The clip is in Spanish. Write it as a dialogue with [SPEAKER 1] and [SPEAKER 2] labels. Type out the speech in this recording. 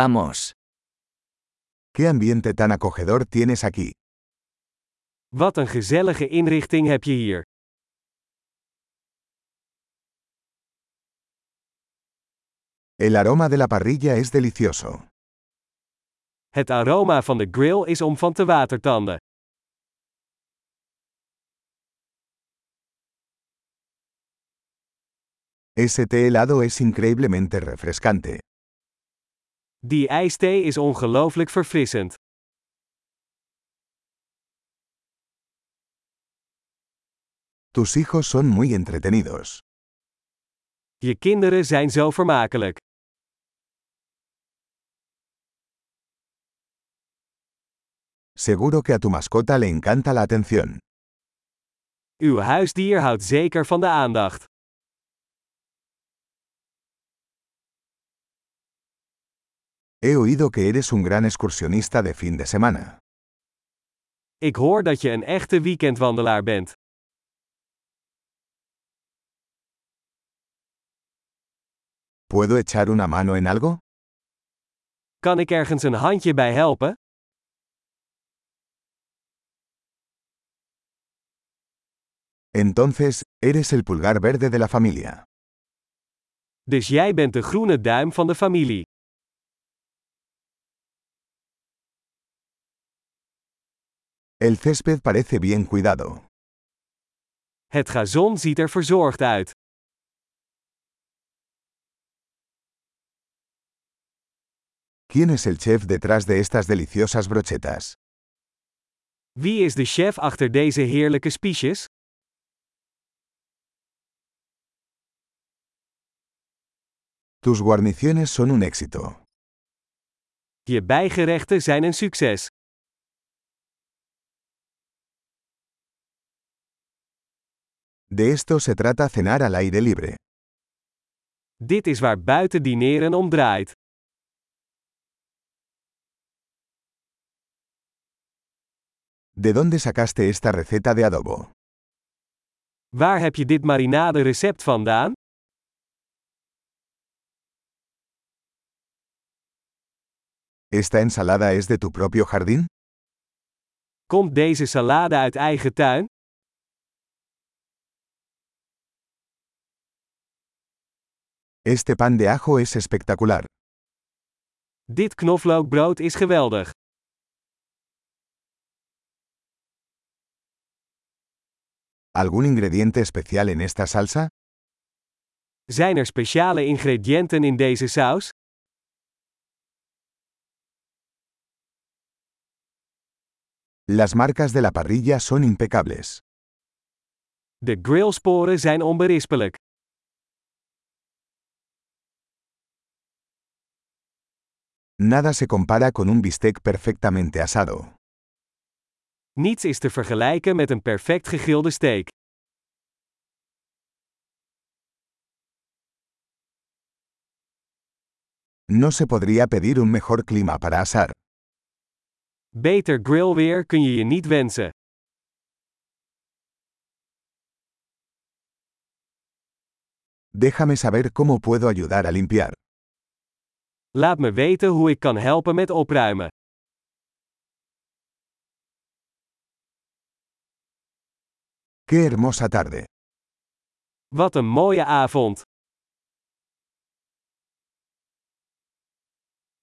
[SPEAKER 1] Vamos.
[SPEAKER 2] ¿Qué ambiente tan acogedor tienes aquí?
[SPEAKER 3] Wat een gezellige inrichting heb je hier.
[SPEAKER 2] El aroma de la parrilla es delicioso.
[SPEAKER 3] Het aroma van de grill is om van te watertanden.
[SPEAKER 2] Ese té helado es increíblemente refrescante.
[SPEAKER 3] Die ijsthee is ongelooflijk verfrissend.
[SPEAKER 2] Tus hijos son muy entretenidos.
[SPEAKER 3] Je kinderen zijn zo vermakelijk.
[SPEAKER 2] Seguro que a tu mascota le encanta la atención.
[SPEAKER 3] Uw huisdier houdt zeker van de aandacht.
[SPEAKER 2] He oído que eres un gran excursionista de fin de semana.
[SPEAKER 3] Ik hoor dat je een echte weekendwandelaar bent.
[SPEAKER 2] ¿Puedo echar una mano en algo?
[SPEAKER 3] Kan ik ergens een handje bij helpen?
[SPEAKER 2] Entonces, eres el pulgar verde de la familia.
[SPEAKER 3] Dus jij bent de groene duim van de familie.
[SPEAKER 2] El césped parece bien cuidado.
[SPEAKER 3] Het gazon ziet er verzorgd uit.
[SPEAKER 2] ¿Quién es el chef detrás de estas deliciosas brochetas?
[SPEAKER 3] Wie is de chef achter deze heerlijke spiesjes?
[SPEAKER 2] Tus guarniciones son un éxito.
[SPEAKER 3] Je bijgerechten zijn een succes.
[SPEAKER 2] De esto se trata cenar al aire libre.
[SPEAKER 3] Dit is waar buiten dineren om draait.
[SPEAKER 2] ¿De dónde sacaste esta receta de adobo?
[SPEAKER 3] Waar heb je dit marinade recept vandaan?
[SPEAKER 2] ¿Esta ensalada es de tu propio jardín?
[SPEAKER 3] Komt deze salade uit eigen tuin?
[SPEAKER 2] Este pan de ajo es espectacular.
[SPEAKER 3] Dit knoflookbrood is geweldig.
[SPEAKER 2] ¿Algún ingrediente especial en esta salsa?
[SPEAKER 3] Zijn er speciale ingrediënten in deze saus?
[SPEAKER 2] Las marcas de la parrilla son impecables.
[SPEAKER 3] De grillsporen zijn onberispelijk.
[SPEAKER 2] Nada se compara con un bistec perfectamente asado.
[SPEAKER 3] Niets is te vergelijken met een perfect gegrilde steak.
[SPEAKER 2] No se podría pedir un mejor clima para asar.
[SPEAKER 3] Beter grillweer kun je je niet wensen.
[SPEAKER 2] Déjame saber cómo puedo ayudar a limpiar.
[SPEAKER 3] Laat me weten hoe ik kan helpen met opruimen.
[SPEAKER 2] ¡Qué hermosa tarde!
[SPEAKER 3] Wat een mooie avond!